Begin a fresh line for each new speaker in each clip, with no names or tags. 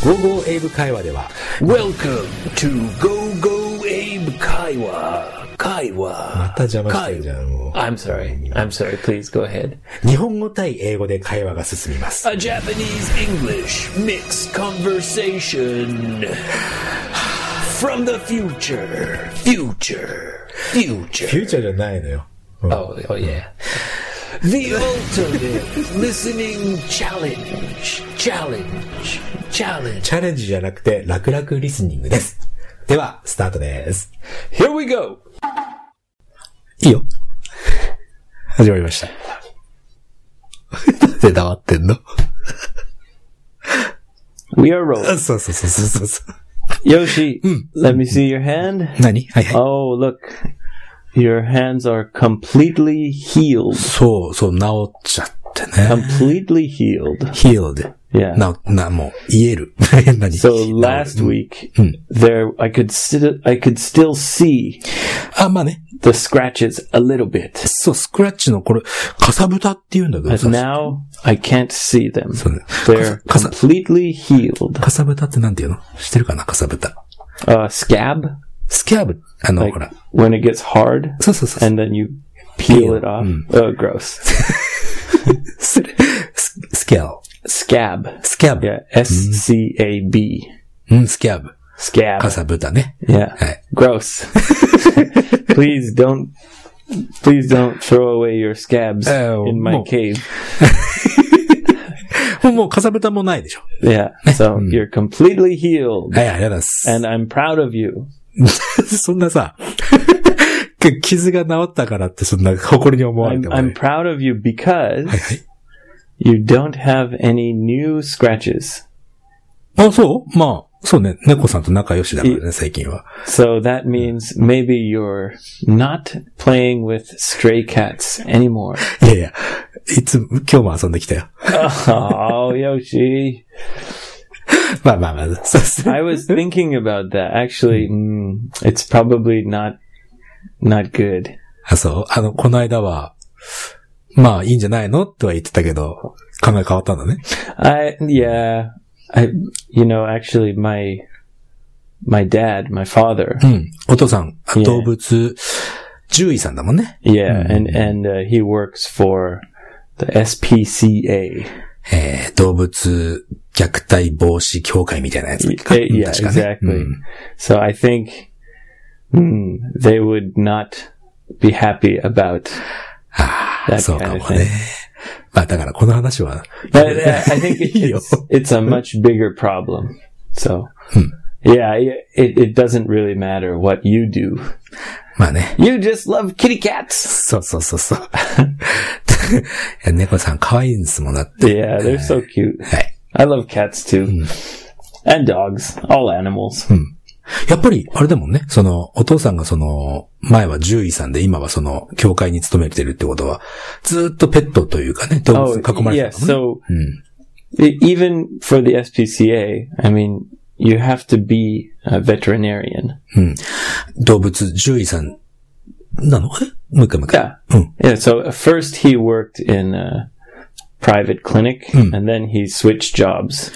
GoGo 英語会話では
Welcome to Go Go Abe Kaiwa. Kaiwa.
また邪魔してるじゃん
Kaiwa.
もう
I'm sorry. I'm sorry. Please go ahead.
日本語対英語で会話が進みます
A Japanese English mixed conversation from the future. Future. Future.
フューチャーじゃないのよ、うん
Oh, oh yeah. The ultimate listening challenge. Challenge. Challenge.
チャレンジじゃなくて楽々リスニングですではスタートです
Here we go.
いいよ。始まりました。なんで黙ってんの
We are rolling.
そうそうそうそうそう。
Yoshi, let me see your hand.
何はいはい。
Oh, look. Your hands are completely healed.
そうそう、治っちゃってね。
Completely healed.
healed.
Yeah.
な、な、もう、言える。 何
So last week there I could sit I could still see
あ、まあね。
the scratches a little bit.
そう、スクラッチのこれ、かさぶたって言うんだけど
But
さ。
now I can't see them.
そうね。かさ
They're、
かさ、
completely healed.
かさぶたってなんて言うの知ってるかなかさぶた。
Uh, scab,
スキャブ、あの、
like
ほら。
when it gets hard
そうそうそう。
and then you
Peel, Hmm.
peel it off. Oh, gross.
それススキャル。
Scab.
スキャブ。
Yeah, S C A B.
うん、スキャブ。
Scab.
かさぶたね。は
Yeah.
い。
Gross. please don't. Please don't throw away your scabs
Oh,
in my
no.
cave.
もう、もうかさぶたもないでしょ。
Yeah. So
Hmm.
you're completely healed,
はい、ありがとうございます。
and I'm proud of you.
そんなさ、傷が治ったからってそんな誇りに思われ
I'm,
ても、
I'm
ね。
proud of you because
はいはい。
you don't have any new scratches.
あ、そうまあ、そうね。猫さんと仲良しだからね、最近は。
So that means maybe you're not playing with stray cats anymore.
いやいや、いつも、今日も遊んできたよ。
oh, Yoshi.
まあまあまあ、そうっすね
I was thinking about that. Actually, mm, it's probably not not good.
あ、そう。あの、この間は、まあ、いいんじゃないのとは言ってたけど、考え変わったんだね。
I yeah, I you know actually my my dad, my father,
うん。お父さん、
いえ
動物、獣医さんだもんね。
yeah, and and uh, he works for the SPCA.
えー、動物虐待防止協会みたいなやつだっけか。
Eh, yeah,
確かね。
exactly. So I think mm, they would not be happy about
ああ、
That
そう
kind
か
of
もね。 まあ、だからこの話は、
But uh, I think it,
いいよ。
it's, it's a much bigger problem. So, yeah, i- it, it doesn't really matter what you do.
まあね。
You just love kitty cats.
そうそうそうそう。い や猫さん可愛いんですもんだって。
Yeah, they're so cute.
はい。
I love cats too. And dogs, all animals.
やっぱり、あれだもんね。その、お父さんがその、前は獣医さんで、今はその、教会に勤めてるってことは、ずーっとペットというかね、動物に囲まれ
Oh, yeah.
てたもんね。
So, e- even for the SPCA, I mean, you have to be a veterinarian.
動物、獣医さん、なのえもう一回もう一回
Yeah.。
うん。
Hmm. Yeah, so at first he worked in a private clinic, and then he switched jobs.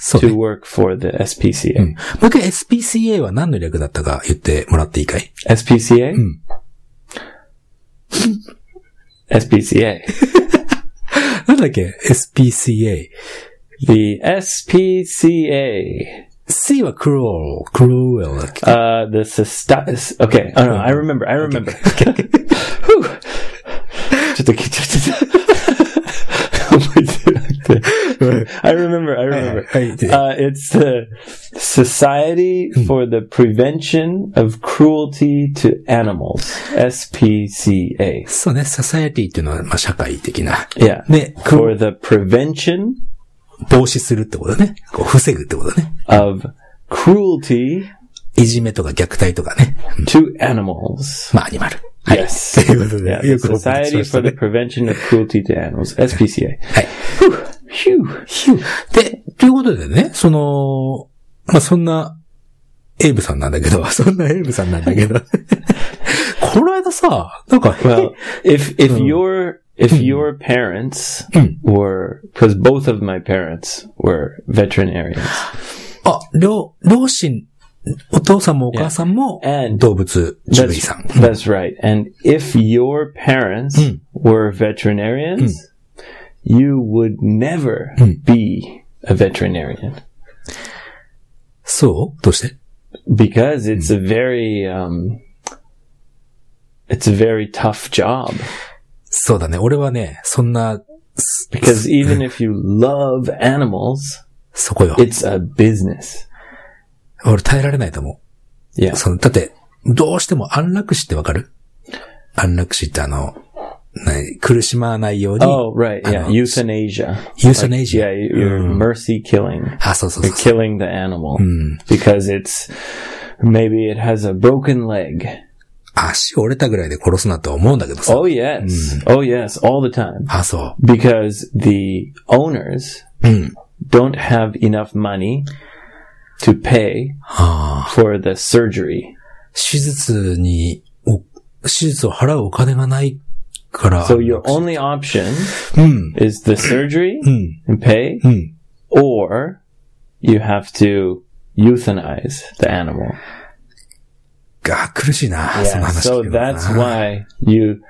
そうね、
to work for the SPCA.
うんもう一回 SPCA は何の略だったか言ってもらっていいかい
SPCA? SPCA.
なんだっけ ?SPCA。
The SPCA.
C は cruel, cruel だっけ
Uh, the Sestas. Okay. Oh, no. I remember. I remember. Whew. ちょっと緊張してた。覚えてなくて。I remember. I remember.
はい、で
Uh, it's the Society for the Prevention of Cruelty to Animals. SPCA.
そうね、ササエティっていうのは、まあ、社会的な。
Yeah.
ね、
For the prevention
防止するってことね。こう、防ぐってことね。
of cruelty
いじめとか虐待とかね。
to animals.
まあ、アニマル。はい。
Yes.
ということで、
Yeah,
よ
the
くご存知
Society
ました
for the
ね。
Prevention of Cruelty to Animals, SPCA.
はい。
Phew.
ヒューで、ということでね、その、まあ、そんな、エイブさんなんだけど、 そんなエイブさんなんだけど。この間さ、なんか、
Hmm. Well, if if you're if your parents were, because both of my parents were veterinarians,
あ、両、両親、お父さんもお母さんも
and
動物獣医
that's,
さん。
that's right. And if your parents were veterinarians, you would never be a veterinarian
そうどうして
because it's a very, um, it's a very tough job.
そうだね。俺はね、そんな、す
Because even if you love animals,
そこよ。
it's a business.
俺耐えられないと思
Yeah.
う。その、だって、どうしても安楽死ってわかる安楽死ってあの、ない苦しまないように、
Oh, right.
Animals.
Yeah. Euthanasia. Mm.
優先ネージ
Yeah. You're mercy killing.
あ、そうそうそう
You're
そう。
killing the animal because it's maybe it has a broken leg.
足折れたぐらいで殺すなとは思うんだけどさ。
Oh, yes. Oh, yes. All the time
あ、そ
because the owners don't have enough money to pay for the surgery.
う。手術に、お手術を払うお金がないから。
So your only option
うん。
is the surgery
うん。
and pay
うん。
or you have to euthanize the animal.
が、苦しいな。その
Yeah,
話聞
so
くのな。
that's why you,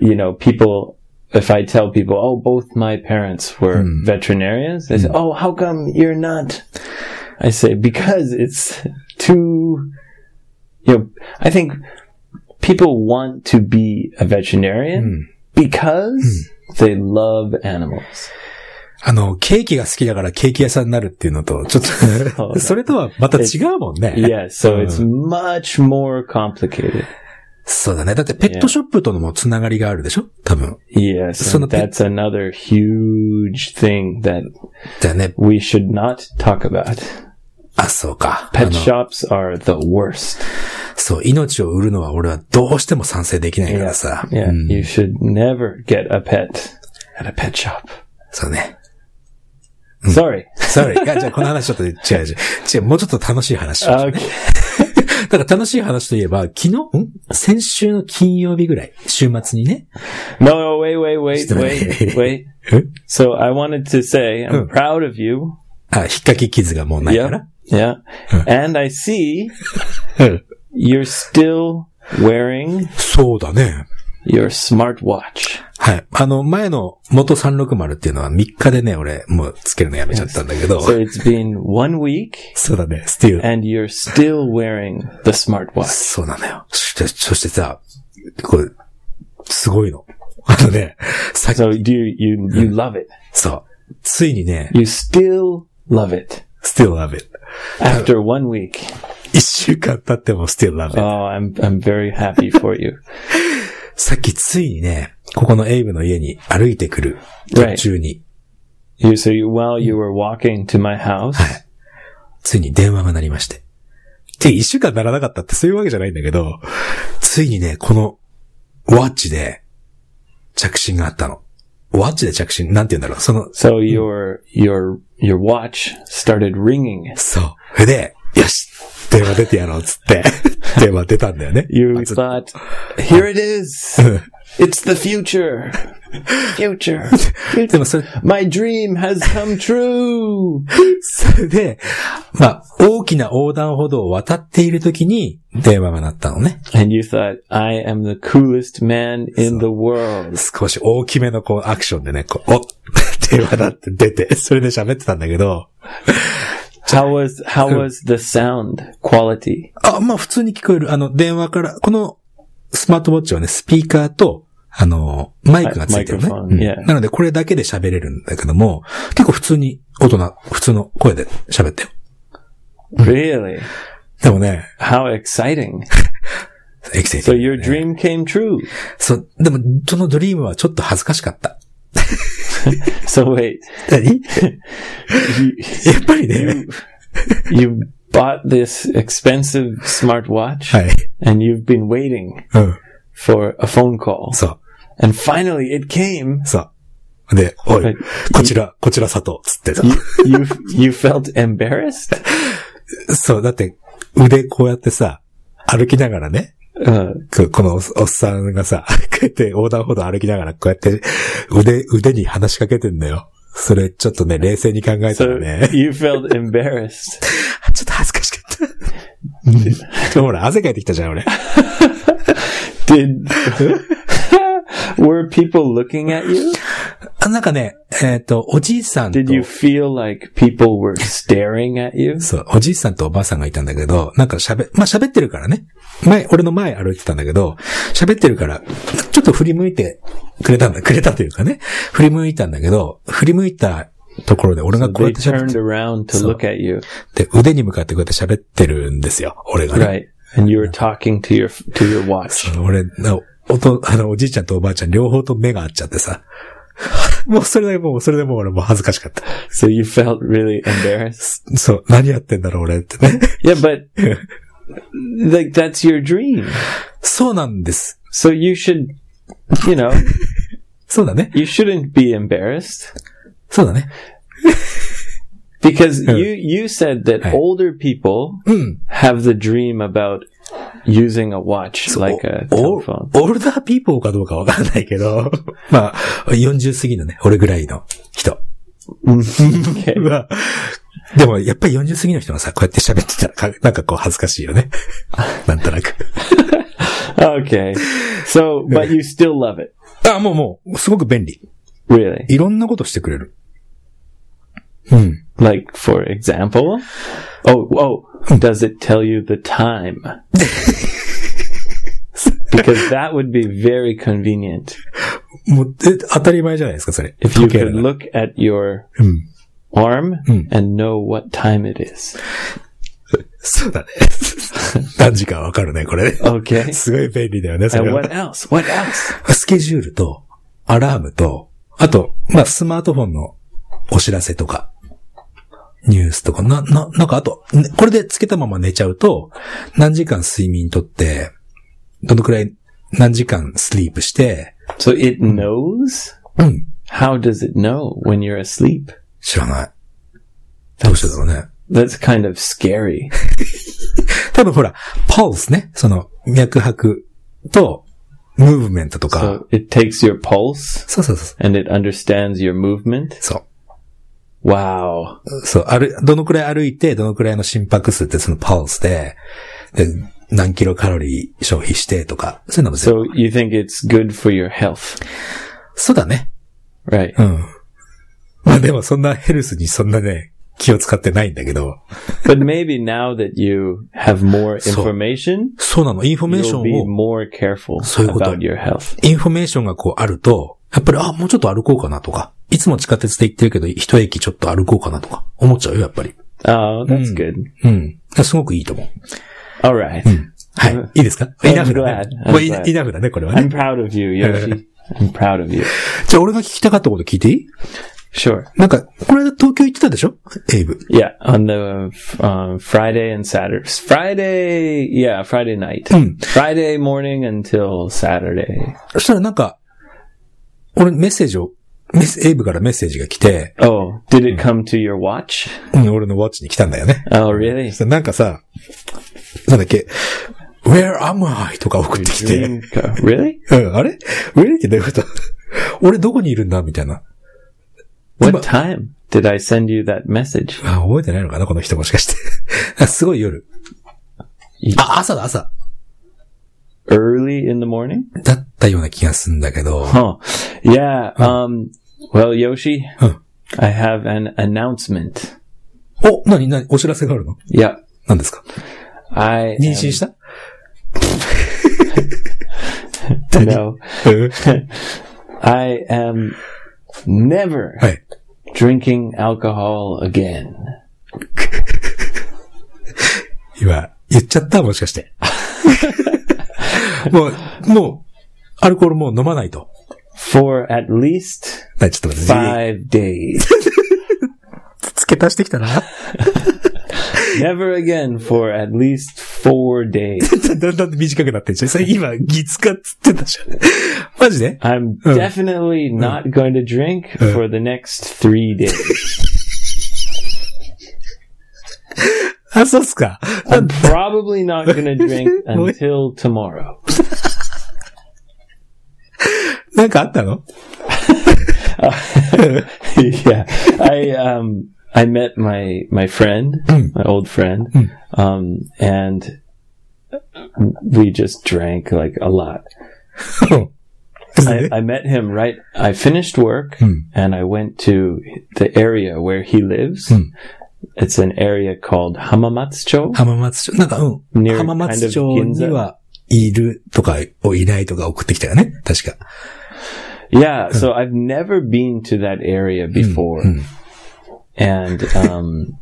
you know, people, if I tell people, oh, both my parents were
Hmm.
veterinarians, they say, oh, how come you're not? I say, because it's too, you know, I think people want to be a veterinarian
Hmm.
because they love animals.
あの、ケーキが好きだからケーキ屋さんになるっていうのと、ちょっ
そう
と、それとはまた違うもんね。
Yeah, so
Uh.
it's much more complicated.
そうだね。だってペットショップとのもつながりがあるでしょ多分。
Yes,
So
and
the pe-
that's another huge thing that
だよね。
we should not talk about.
あ、そうか。あ
Pet
の
shops are the worst.
そう、命を売るのは俺はどうしても賛成できないからさ。
Yeah,
うん
Mm. you should never get a pet at a pet shop.
そうね。Mm.
Sorry.
sorry. いやじゃあこの話ちょっと違う違う。違う、もうちょっと楽しい話。だ
Okay.
から楽しい話といえば、昨日、ん先週の金曜日ぐらい、週末にね。
No, no, wait, wait,
a
wait,
minute.
wait, wait.
え
So I wanted to say I'm
Mm.
proud of you.
あ、引っ掛け傷がもうないか
Yeah.
ら。
Yeah. And I see
うん。
you're still wearing
そうだね。
your smartwatch.
はい。あの、前の元360っていうのは3日でね、俺、もうつけるのやめちゃったんだけど。
So it's been one week
そうだね、スティール。
and you're still wearing the smartwatch.
そうなのよ。そして、そしてさ、これ、すごいの。あのね、さっき、
So do you, you, you love it.
そう。ついにね、
You still love it
still love it.
after one week.
一週間経っても still love it.
Oh, I'm I'm very happy for you.
さっきついにね、ここのエイブの家に歩いてくる途中に、
You so you while you were walking to my house,
ついに電話が鳴りまして。って一週間ならなかったってそういうわけじゃないんだけど、ついにね、この、ワッチで、着信があったの。ワッチで着信、なんて言うんだろう、その、
so your your your watch started ringing.
そう。それで、よし電話出てやろうっつって、 電話出たんだよね。
You
あずっと
thought, here it is. It's the future. Future.
でもそれ、
My dream has come true.
それで、まあ、大きな横断歩道を渡っている時に電話が鳴ったのね。
And you thought, I am the coolest man in the world.
少し大きめのこうアクションでね、こう、お 電話だって出て、それで喋ってたんだけど、
How was how was the sound quality?
あ、まあ普通に聞こえる。あの、電話から、このスマートウォッチはね、スピーカーと、あの、マイクがついてるね。
はいマイクロフォン
うん
yeah
なので、これだけで喋れるんだけども、結構普通に大人、普通の声で喋ってよ。
Really?
でもね、
How exciting.
エキセイ
So your dream came true.
そう、でも、そのドリームはちょっと恥ずかしか った。
So wait,
何
you,
やっぱりね、
you bought this expensive smartwatch
はい。
and you've been waiting
うん。
for a phone call.
そう、
And finally it came.
そう。で、お
はい
い、こちら、こちら佐藤、つってさ
You, you, you felt embarrassed?
そう、だって、腕こうやってさ、歩きながらね、
うん。
ここのおっさんがさ、こ うやって横断歩道歩きながら、こうやって腕、腕に話しかけてんだよ。それ、ちょっとね、冷静に考えた
So
ら ね、
you felt embarrassed.
ちょっと恥ずかしかった。ほら、汗かいてきたじゃん、俺。
Did were people looking at you?
あなんかね、えっ、と、おじいさんと
Did、you feel like people were staring at you?
そう、おじいさんとおばあさんがいたんだけど、なんか喋、まあ、喋ってるからね。前、俺の前歩いてたんだけど、喋ってるから、ちょっと振り向いてくれたんだ、くれたというかね。振り向いたんだけど、振り向いたところで俺がこうや
They
って喋って
turned around to
So-
look at you,
で、腕に向かってこうやって喋ってるんですよ、俺がね。
right? And you were talking to your to your watch.
俺、なおと、あの、おじいちゃんとおばあちゃん両方と目が合っちゃってさ。 もうそれでもう、それでもう俺もう恥ずかしかった。
So you felt really embarrassed.
そう、何やってんだろう俺ってね。
Yeah, but like that's your dream.
そうなんです。
So you should, you know,
そうだね。
you shouldn't be embarrassed
そうだね。
because you you said that
Hey.
older people have the dream about using a watch like a
お
telephone.
オールダーピーポーかどうかわかんないけど、 まあ、40過ぎのね、俺ぐらいの人
okay.
は、でもやっぱり40過ぎの人がさ、こうやって喋ってたらか、なんかこう恥ずかしい よね。なんとなく。
Okay. So, but you still love it.
あ、もうもう、すごく便利。
Really?
いろんなことしてくれる。うん。
Like, for example? Oh, oh, does it tell you the time? because that would be very convenient
もう、え、当たり前じゃないですか、それ。
if you
時計
could
なら
look at your
Hmm.
arm and know what time it is.
そうだね。何時かわかるね、こ れね。
Okay.
すごい便利だよね、それ
And
は
what。else? What else?
スケジュールと、アラームと、あと、まあ、スマートフォンのお知らせとか、ニュースとか、な、な、なんかあと、ねこれでつけたまま寝ちゃうと、何時間睡眠とって、どのくらい、何時間スリープして、
So it knows?
うん、
How does it know when you're asleep?
知らない。どうしてだろうね。
That's kind of scary.
多分ほら、パウスね。その、脈拍と、ムーブメントとか。
So it takes your pulse
そうそうそう。
and it understands your movement.
そ
Wow.
う。そう、ある、どのくらい歩いて、どのくらいの心拍数ってそのパウスで、で、何キロカロリー消費してとか、そういうのも全部。
So you think it's good for your health,
そうだね。
right?
うん。まあでもそんなヘルスにそんなね、気を使ってないんだけど。
but maybe now that you have more information,
そうなの。インフォメーショ
you'll be
ンを、
more careful
そういうこと。
about your health.
インフォメーションがこうあると、やっぱり、あ、もうちょっと歩こうかなとか。いつも地下鉄で行ってるけど、一駅ちょっと歩こうかなとか、思っちゃうよ、やっぱり。
Oh, that's good.
うん。すごくいいと思う。
All right.
はい。いいですかイナフだ
glad.
ね。
I'm
もうイ
glad.
ナフだね、これは
I'm
ね。
proud of you, Yoshi. I'm proud of you.
じゃあ、俺が聞きたかったこと聞いていい
Sure.
なんか、この間東京行ってたでしょエイブ。
Yeah, on the uh, Friday and Saturday. Friday, yeah, Friday night.
Hmm.
Friday morning until Saturday.
そしたらなんか、俺メッセージを、メッセエイブからメッセージが来て、
Oh, did
Hmm.
it come to your watch?
うん俺のウォッチに来たんだよね。
Oh, really?
そしたらなんかさ、なんだっけ、Where am I? とか送ってきて、
Really?
うん、あれ ?Where? ってどういうこと俺どこにいるんだみたいな。
What
But-
time did I send you that message?
あ、覚えてないのかなこの人もしかして。 すごい夜。あ、朝だ、朝。
Early in the morning?
だったような気がするんだけど。
Huh. Yeah. Um, well, Yoshi,
Huh.
I have an announcement.
お、なになにお知らせがあるの
Yeah.
何ですか
I
妊娠した
am, no,
は
I am never
い。
drinking alcohol again.
今、言っちゃったもしかして。もう、もう、アルコールもう飲まないと。
For at least
なちょっと待って。
five days.
付け足してきたな。
Never again for at least four days.
だんだん短くなってんじゃん。それ今、ギツカっつってたじゃん。マジで
I'm
Oh.
definitely not going to drink for the next three days.
ああ、そうっすか。
I'm probably not going to drink
Wait.
until tomorrow.
なんかあったの
yeah, I um I met my my friend,
Mm.
my old friend, um, and we just drank like a lot.
です
I,
ね
I met him right. I finished work
Mm.
and I went to the area where he lives.
Mm.
It's an area called Hamamatsucho.
浜松町、なんか、うん。
Near
浜松町には、いるとか、おいないとか送ってきたよね確か。
Yeah, so I've never been to that area before.
mm.
And um,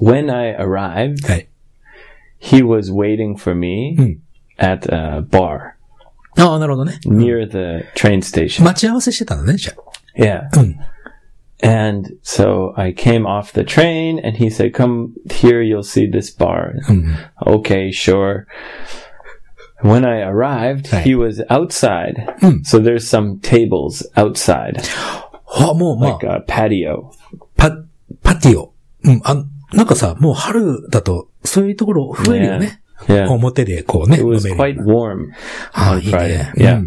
when I arrived,
はい。
he was waiting for me
Mm.
at a bar
ああ、なるほどね。
near the train station.
待ち合わせしてたのね、じゃ
yeah.
Mm.
And so I came off the train and he said, Come here, you'll see this bar.
あ。うん。
Okay, sure. When I arrived,
Right.
he was outside.
Mm.
So there's some tables outside,
あ、もう、まあ
like、a patio.
パ、パティオ。うん、あ、なんかさ、もう春だと、そういうところ増えるよね。
Yeah.
表でこうね、
It
飲
was
める
quite。warm.
ああ、いい
Friday.
ね。う
Yeah.
ん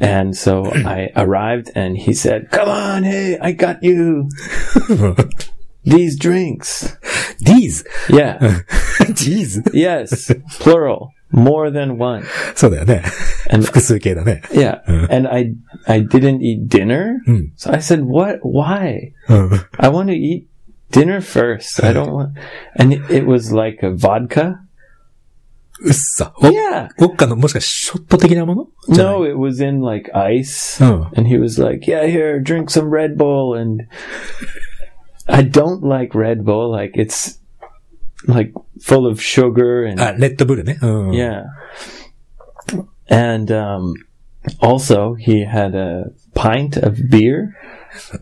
And so I arrived and he said, Come on, hey, I got you these drinks.
These!
Yeah.
These!
yes. Plural. More than one.
そうだよね。
And
複数形だね。
yeah. And I, I didn't eat dinner.
Mm.
So I said, What? Why?
うん。
I want to eat dinner first. I don't want. And it, it was like a vodka.
うっさ。ウォ
Yeah.
ウォッカの、もしかしてショット的なものじゃない
No, it was in like ice.
Oh.
And he was like, yeah, here, drink some Red Bull. And I don't like Red Bull. Like it's like full of sugar and
あ、レッドブルね。うん。
yeah. And, um, also he had a pint of beer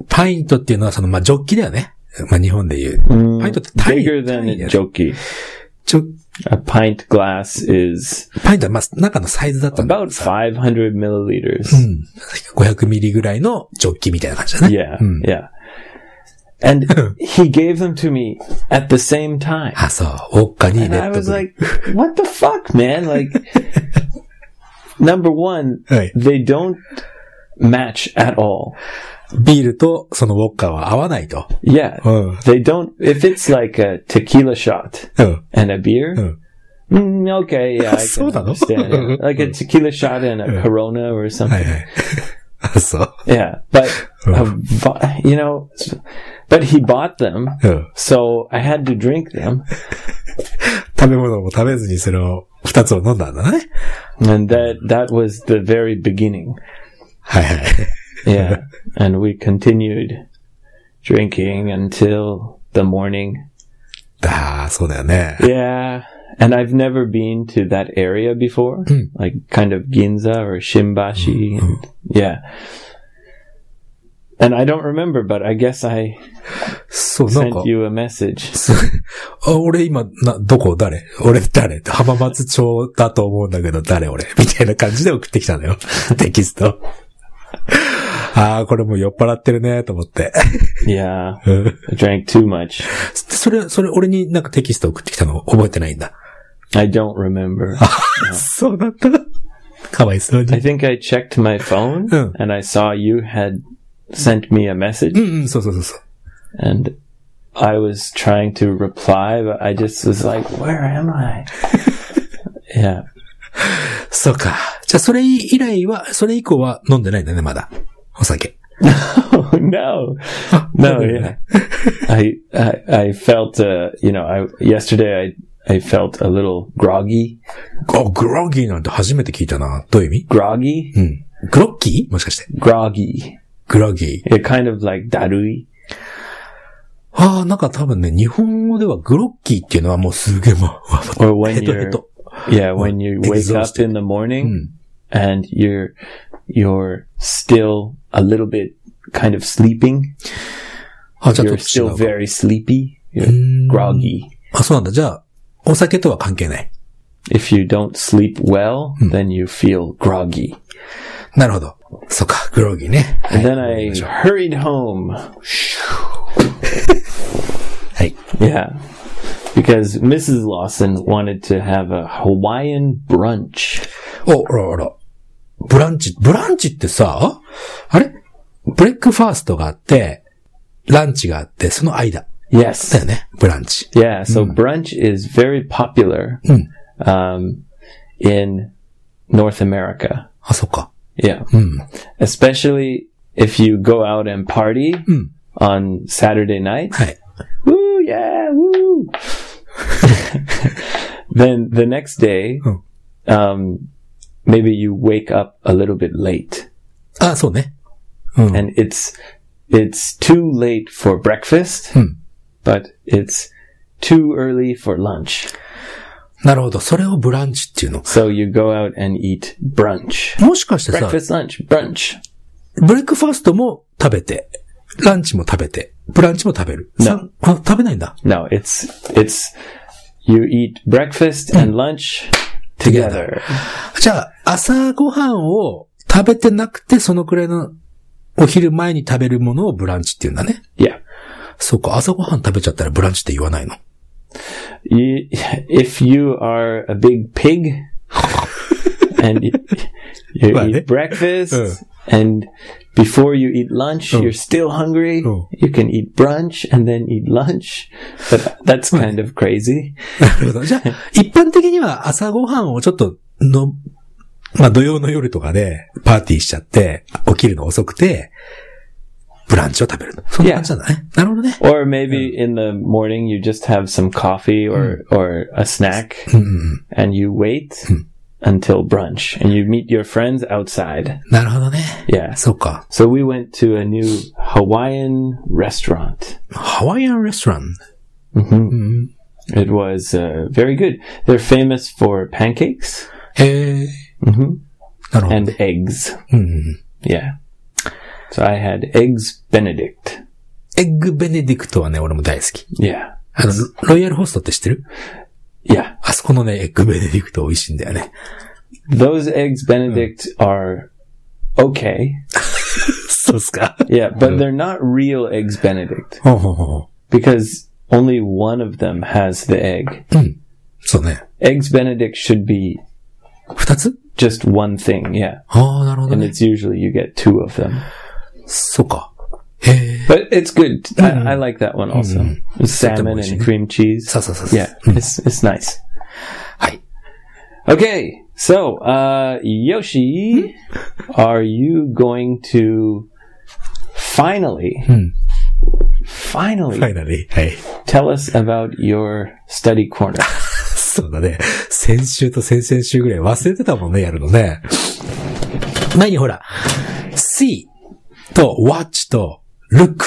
パイントっていうのは、その、まあ、ジョッキだよね。まあ、日本で言う。パイントって単位単位
bigger than a
だよね
jokey.
ジョ
A pint glass is
パイントは、まあ、中のサイズだったんだ
about 500 milliliters.
うん。500ミリぐらいのジョッキみたいな感じだね。
Yeah,
うん。
yeah. And he gave them to me at the same time.
あ、そう。ウォッカにレ
And I
ッド
was
ブル。
like, what the fuck, man? Like, number one,
はい。
they don't match at all.
ビールとそのウォッカは合わないと。
Yeah.
Oh.
They don't, if it's like a tequila shot
うん。
and a beer,
Mm.
mm, okay, yeah, I
So
can
dumb.
understand. Yeah. Like a tequila shot and a Corona or
はい
something.
はい。 あ、そう。
Yeah. But, a vi- you know, but he bought them.
うん。
So I had to drink them.
食べ物も食べずにそれを、二つを飲んだんだね。
And that, that was the very beginning.
はいはい。
Yeah. and we continued drinking until the morning.
ああ、そうだよね。
Yeah. And I've never been to that area before, like kind of Ginza or Shimbashi. And, yeah. And I don't remember, but I guess I
そう、なんか
sent。you a message.
そうあ、俺今、な、どこ誰俺誰浜松町だと思うんだけど、誰俺みたいな感じで送ってきたのよ。テキスト。ああ、これもう酔っ払ってるね、と思って。
Yeah.
うん
I drank too much.
それ、それ、俺になんかテキスト送ってきたの覚えてないんだ。
I don't remember.
そうだった。かわいそうに
I。think I checked my phone
Hmm.
and I saw you had sent me a message.
うんうん、そうそうそうそう。
and I was trying to reply, but I just was like, "Where am I?" yeah,
そうか。じゃあ、それ以来は、それ以降は飲んでないんだね、まだ。お酒。
oh, no,
あ
no, yeah. I, I I felt, uh, you know, I yesterday I I felt a little groggy,
あ、グロッギーなんて初めて聞いたな。どういう意
groggy,
味うん。グロッキーもしかして。
groggy.
グロッギー。
It kind of like darui.
ああ、なんか多分ね、日本語ではグロッキーっていうのはもうすげえもう、
Or when
ヘトヘ
you're
ト。
yeah, when you wake up
Exhausted.
in the
Hmm.
morning and you're you're still a little bit kind of sleeping.
あ、じゃあ
You're
ちょ
still
っと違うか。
very sleepy.
Hmm.
You're groggy.
あ、そうなんだ。じゃあ、お酒とは関係ない。
If you don't sleep well,
Hmm.
then you feel groggy.
なるほど。そうか、グロッギーね。はい
And then I hurried home.
はい。
Yeah. because Mrs. Lawson wanted to have a Hawaiian brunch.
お、あらあら。ブランチ、ブランチってさ、あれブレックファーストがあって、ランチがあって、その間。
Yes.
だよね。ブランチ。
Yeah, so brunch is very popular um, in North America.
あ、そっか。
Yeah. Especially if you go out and party on Saturday nights.
はい。
Woo, yeah, woo. then the next day,
Oh.
um, maybe you wake up a little bit late
あ、そうね。
and it's, it's too late for breakfast, but it's too early for lunch.
なるほど。それをブランチっていうの。
So you go out and eat brunch.
もしかしてさ、
Breakfast, lunch, brunch.
ブレックファーストも食べて、ランチも食べて、ブランチも食べる。さんあ、食べないんだ。
No, it's, it's, you eat breakfast and lunch together.
じゃあ、朝ごはんを食べてなくて、そのくらいのお昼前に食べるものをブランチって言うんだね。
Yeah.
そうか、朝ごはん食べちゃったらブランチって言わないの。
You, if you are a big pig and you, you
Well, eh?
eat breakfast
Uh.
and before you eat lunch, you're still hungry.
Oh.
You can eat brunch and then eat lunch. But that's kind of crazy.
なるほど。じゃあ、一般的には朝ごはんをちょっとの、まあ土曜の夜とかでパーティーしちゃって、起きるの遅くて、ブランチを食べるの。そんな感じなんだね。なるほどね。
Or maybe in the morning, you just have some coffee or,
Hmm.
or a snack and you wait until brunch and you meet your friends outside.
なるほどね。
Yeah.
そうか。
So we went to a new Hawaiian restaurant.
ハワイアンレストラン。
It was uh, very good. They're famous for pancakes
へえ。
Mhm.
なるほど。
and eggs.
うん。
Yeah. So I had eggs Benedict.
エッグベネディクトはね、俺も大好き。
Yeah.
あの、ロロイヤルホストって知ってる
Yeah.
あそこのね、エッグベネディクト美味しいんだよね。
Those eggs Benedict are okay.
そうっすか。
Yeah, but they're not real eggs Benedict
ほうほうほうほ
because only one of them has the egg.
う。そうね。
Eggs Benedict should be
二つ
just one thing. Yeah.
ああ、なるほど
And
ね。
it's usually you get two of them.
そうか。へえ。
But it's good. I, I like that one also. With salmon
delicious.
and cream cheese.
そうそうそうそう。
Yeah, it's it's nice.
はい。
Okay, so uh, Yoshi, are you going to finally, finally
ファイナリー。はい。
tell us about your study corner?
そうだね。先週と先々週ぐらい忘れてたもんね、やるのね。前にほら、see と watch と look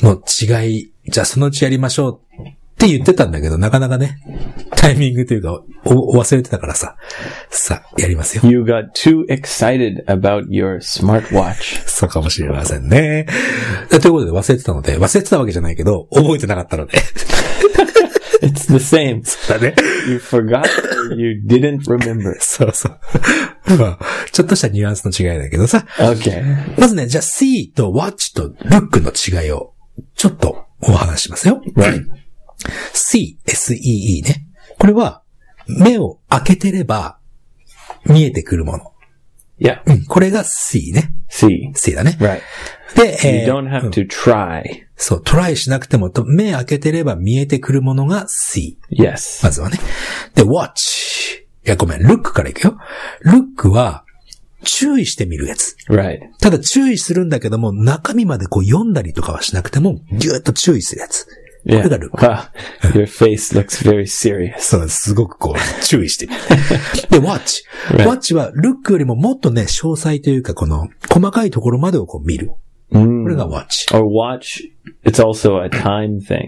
の違い、じゃあそのうちやりましょうって言ってたんだけど、なかなかね、タイミングというか、おお忘れてたからさ。さあ、やりますよ。
You got too excited about your smartwatch.
そうかもしれませんね。ということで忘れてたので、忘れてたわけじゃないけど、覚えてなかったので。
It's the same.
だね。
You forgot. Or you didn't remember.
そうそう。まあ、ちょっとしたニュアンスの違いだけどさ。
Okay.
まずね、じゃあ see と watch と look の違いを、ちょっとお話ししますよ。see, s-e-e ね。これは、目を開けてれば、見えてくるもの。
Yeah.
うんこれが see ね。
See.
see だね。
Right.
で、え
You
ー
don't have to try.
そう、トライしなくても、と目開けてれば見えてくるものが see。
Yes.
まずはね。で、watch。いや、ごめん、look からいくよ。look は、注意してみるやつ。
Right.
ただ注意するんだけども、中身までこう読んだりとかはしなくても、ぎゅーっと注意するやつ。
Yeah.
Look at it.
Wow. Your face looks very serious.
そう、すごくこう、注意して。で、watch。watch は、look よりももっとね、詳細というか、この、細かいところまでをこう見る。これが watch。
Or watch. It's also a time thing.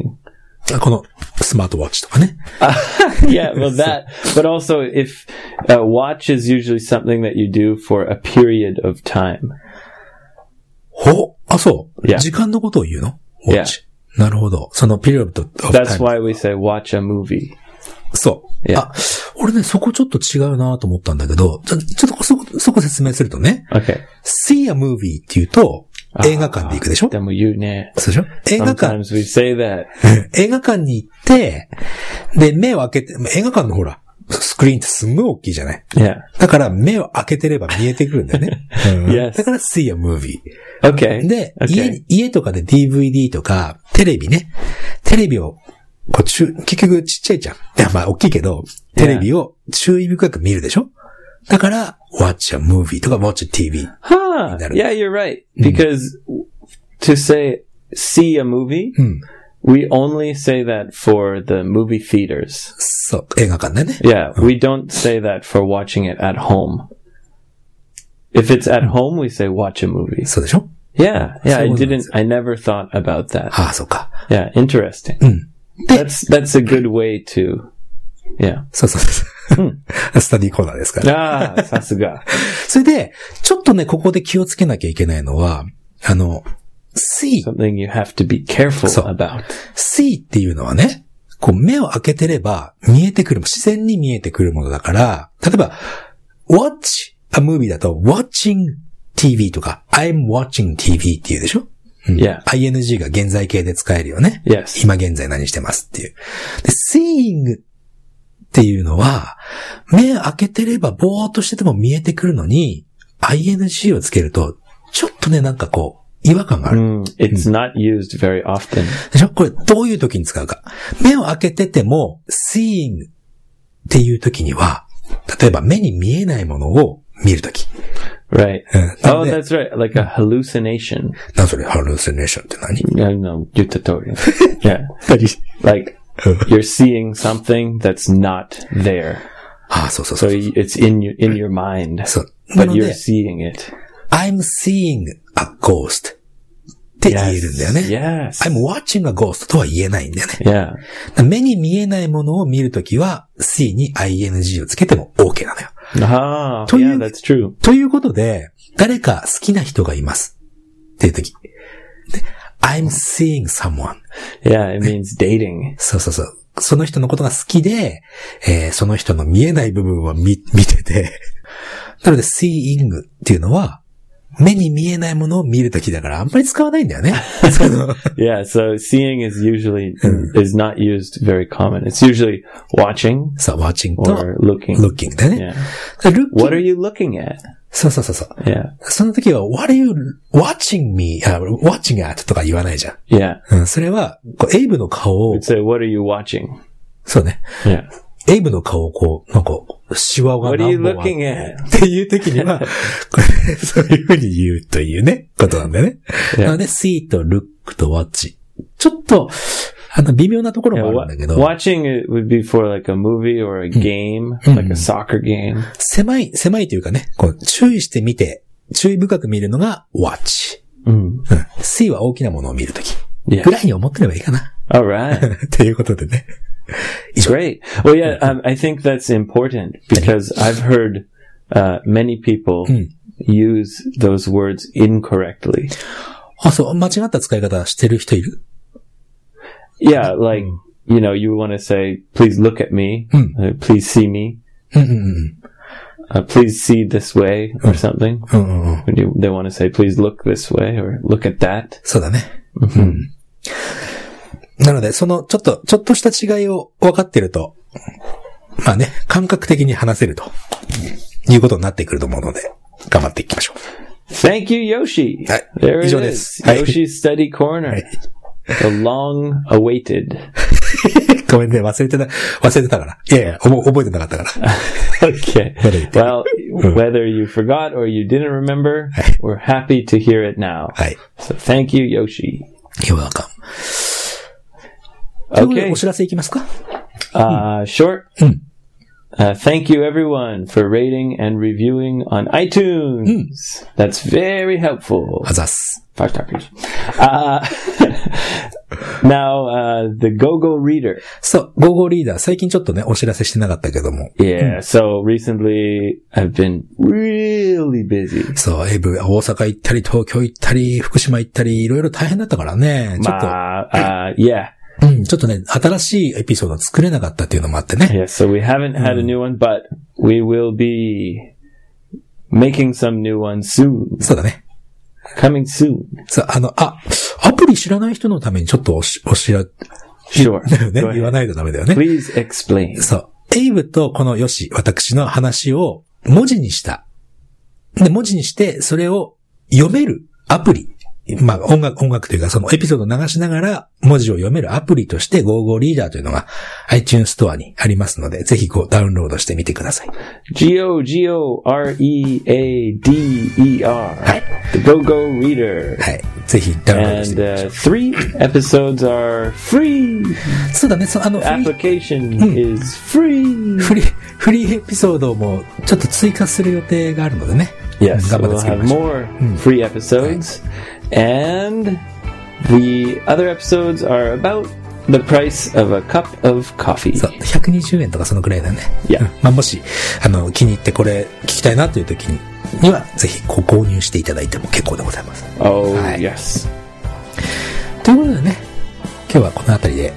あこの、スマートウォッチとかね。
Yeah, well, that. But also, if uh, watch is usually something that you do for a period of time.
ほあ、そう。
Yeah.
時間のことを言うの ?watch。なるほど。その、ピリオド
That's why we say watch a movie.
そう。
Yeah.
あ、俺ね、そこちょっと違うなと思ったんだけど、ちょちょっとそこ、そこ説明するとね、
Okay.
see a movie って言うと、映画館で行くでしょそうでしょ映画館、
Sometimes we say that.
映画館に行って、で、目を開けて、映画館のほら、スクリーンってすんごい大きいじゃない
Yeah.
だから目を開けてれば見えてくるんだよ ね。うん
Yes.
だから see a movie.
Okay.
で、
Okay.
家に、家とかで DVD とか、テレビね。テレビを、こう中、結局ちっちゃいじゃん。いや、まあ大きいけど、テレビを注意深く見るでしょだから、watch a movie とか watch a TV。
Huh.
That- Hmm.
Yeah, you're right. Because to say see a movie,
うん。
we only say that for the movie theaters.
そう、映画館だよね。
Yeah, we don't say that for watching it at home. If it's at home, we say watch a movie.
そうでしょ
Yeah, yeah, I
Someone
didn't, I never thought about that.
ああ、そうか。
Yeah, interesting. That's, that's a good way to, yeah.
そうそうそう。 スタディーコーナーですから。
Ah, sasuga.
それで、ちょっとね、ここで気をつけなきゃいけないのは、あの、see
Something you have to be careful
So-
about.
see っていうのはね、こう目を開けてれば見えてくる、自然に見えてくるものだから、例えば、watch a movie だと watching TV とか I'm watching TV っていうでしょ
Yeah.
?ing が現在形で使えるよね。
Yes.
今現在何してますっていう。で、seeing っていうのは、目開けてればぼーっとしてても見えてくるのに、ing をつけると、ちょっとね、なんかこう、違和感がある。
Mm, it's not used very often.
でしょこれどういう時に使うか。目を開けてても、seeing っていう時には、例えば目に見えないものを見る時。
Right.
うん。な
Oh,
ので、
that's right. Like a hallucination.
なんそれ、hallucination って何
I don't know. Yutatori. Yeah.
何
Like you're seeing something that's not there.
ああ、そうそうそ
So
う。
it's in you, in your mind,
そう。な
but
の
you're
で、
seeing it.
I'm seeing a ghost って言えるんだよね。
Yes.
I'm watching a ghost とは言えないんだよね。
Yeah.
目に見えないものを見るときは、C に ING をつけても OK なのよ。
Ah,
To
yeah,
you-
that's true.
ということで、誰か好きな人がいます。っていうとき。で I'm seeing someone.
Yeah, it means dating.
そうそうそう。その人のことが好きで、えーその人の見えない部分を見、 見てて。なので、seeing っていうのは、目に見えないものを見るときだから、あんまり使わないんだ よね。その
Yeah, so seeing is usually
Mm.
is not used very common. It's usually watching
そう、watching と
or looking.
looking だよね。
Yeah.
で looking
What are you looking at?
そうそうそうそう。
Yeah.
その時は、what are you watching me, あ watching at とか言わないじゃ
Yeah.
ん。うん、それは、こうエイブの顔を
You'd、say, what are you watching?
そうね。
Yeah.
エイブの顔をこう、なんか、シワが
What are
何
you
本ある
looking at?
っていう時 には、これ、 そういう風に言うというね、ことなんだよね。
Yeah.
なので、see と look と watch。ちょっと、あの、微妙なところ
Yeah,
もあ
wa-
るんだけど、
watching it would be for like a movie or a game, like a soccer game.
狭い、狭いというかね、こう、注意してみて、注意深く見るのが watch。うん。see は大きなものを見るとき。
Yeah.
ぐらいに思ってればいいかな。
All right.
っていうことでね。
Great. Well, yeah, um, I think that's important because I've heard uh, many people use those words incorrectly.
あ、そう、間違った使い方してる人いる
Yeah, like, you know, you want to say, please look at me, uh, please see me,
うんうん
uh, please see this way, or something.
うん。うんうんうん。
When you, they want to say, please look this way, or look at that.
そうだね。うん。なので、その、ちょっと、ちょっとした違いを分かってると、まあね、感覚的に話せると、いうことになってくると思うので、頑張っていきましょ
Thank you, Yoshi.
はい。
There it
以上です。
is.
はい。
Yoshi's Study Corner. The long awaited.
う。 ごめんね、忘れてた、忘れてたから。いやいや、おぼ覚えてなかったから。
Okay.
Awaited.
Well, whether you forgot or you didn't remember, we're happy to hear it now.
はい。
So thank you, Yoshi.
よわかん。ということで
Okay.
お知らせいきますか
Uh, short. Uh, thank you, everyone, for rating and reviewing on iTunes. That's very helpful.
あざっす。
Five talkers. Uh, now, uh, the GoGo Reader.
そう、ゴーゴーリーダー、最近ちょっとね、お知らせしてなかったけども、
Yeah, so recently I've been really busy.
そう、エイブ、大阪行ったり、東京行ったり、福島行ったり、いろいろ大変だったからね。ちょっと、
Uh, uh, yeah,
うん、ちょっとね、新しいエピソードを作れなかったっていうのもあってね。
yeah, so we haven't had a new one, but we will be making some new ones soon.
そうだね。
Coming soon.
さ、あの、あ、アプリ知らない人のためにちょっとおし、おしら、
Sure.
ね
Go、
言
ahead.
わないとダメだよね。
Please explain.
そう。エイブとこのヨシ、私の話を文字にした。で、文字にして、それを読めるアプリ。まあ、音楽、音楽というか、そのエピソードを流しながら文字を読めるアプリとして GoGo リーダーというのが iTunes ストアにありますので、ぜひこうダウンロードしてみてください。
G O G O R E A D E R.
Hi.
The Go Go Reader.
はい。ぜひダウンロードして
And
みてくだ
uh, three episodes are free.
さい。そうだね、そのあの、フリー、
Application is free.
フリー、フリーエピソードもちょっと追加する予定があるのでね。
Yes,
頑張って
we'll
作り
have
ましょう。
more free episodes. And the other episodes are about the price of a cup of coffee.
そう、120円とかそのくらいだね。
いや
うんまあ、もし、あの、気に入ってこれ聞きたいなという時に、には、ぜひ、こう購入していただいても結構でございます。
Oh,
Hi.
yes.
ということでね、今日はこの辺りで、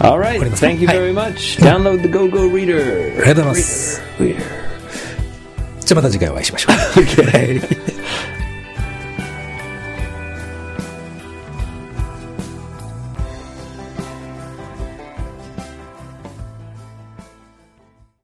All
Pretty
right.
much.
Thank you
Hi.
very much. Download the GoGo
あり
Reader.
がとうございます。
Reader.
じゃあまた次回お会いしましょう。
Okay.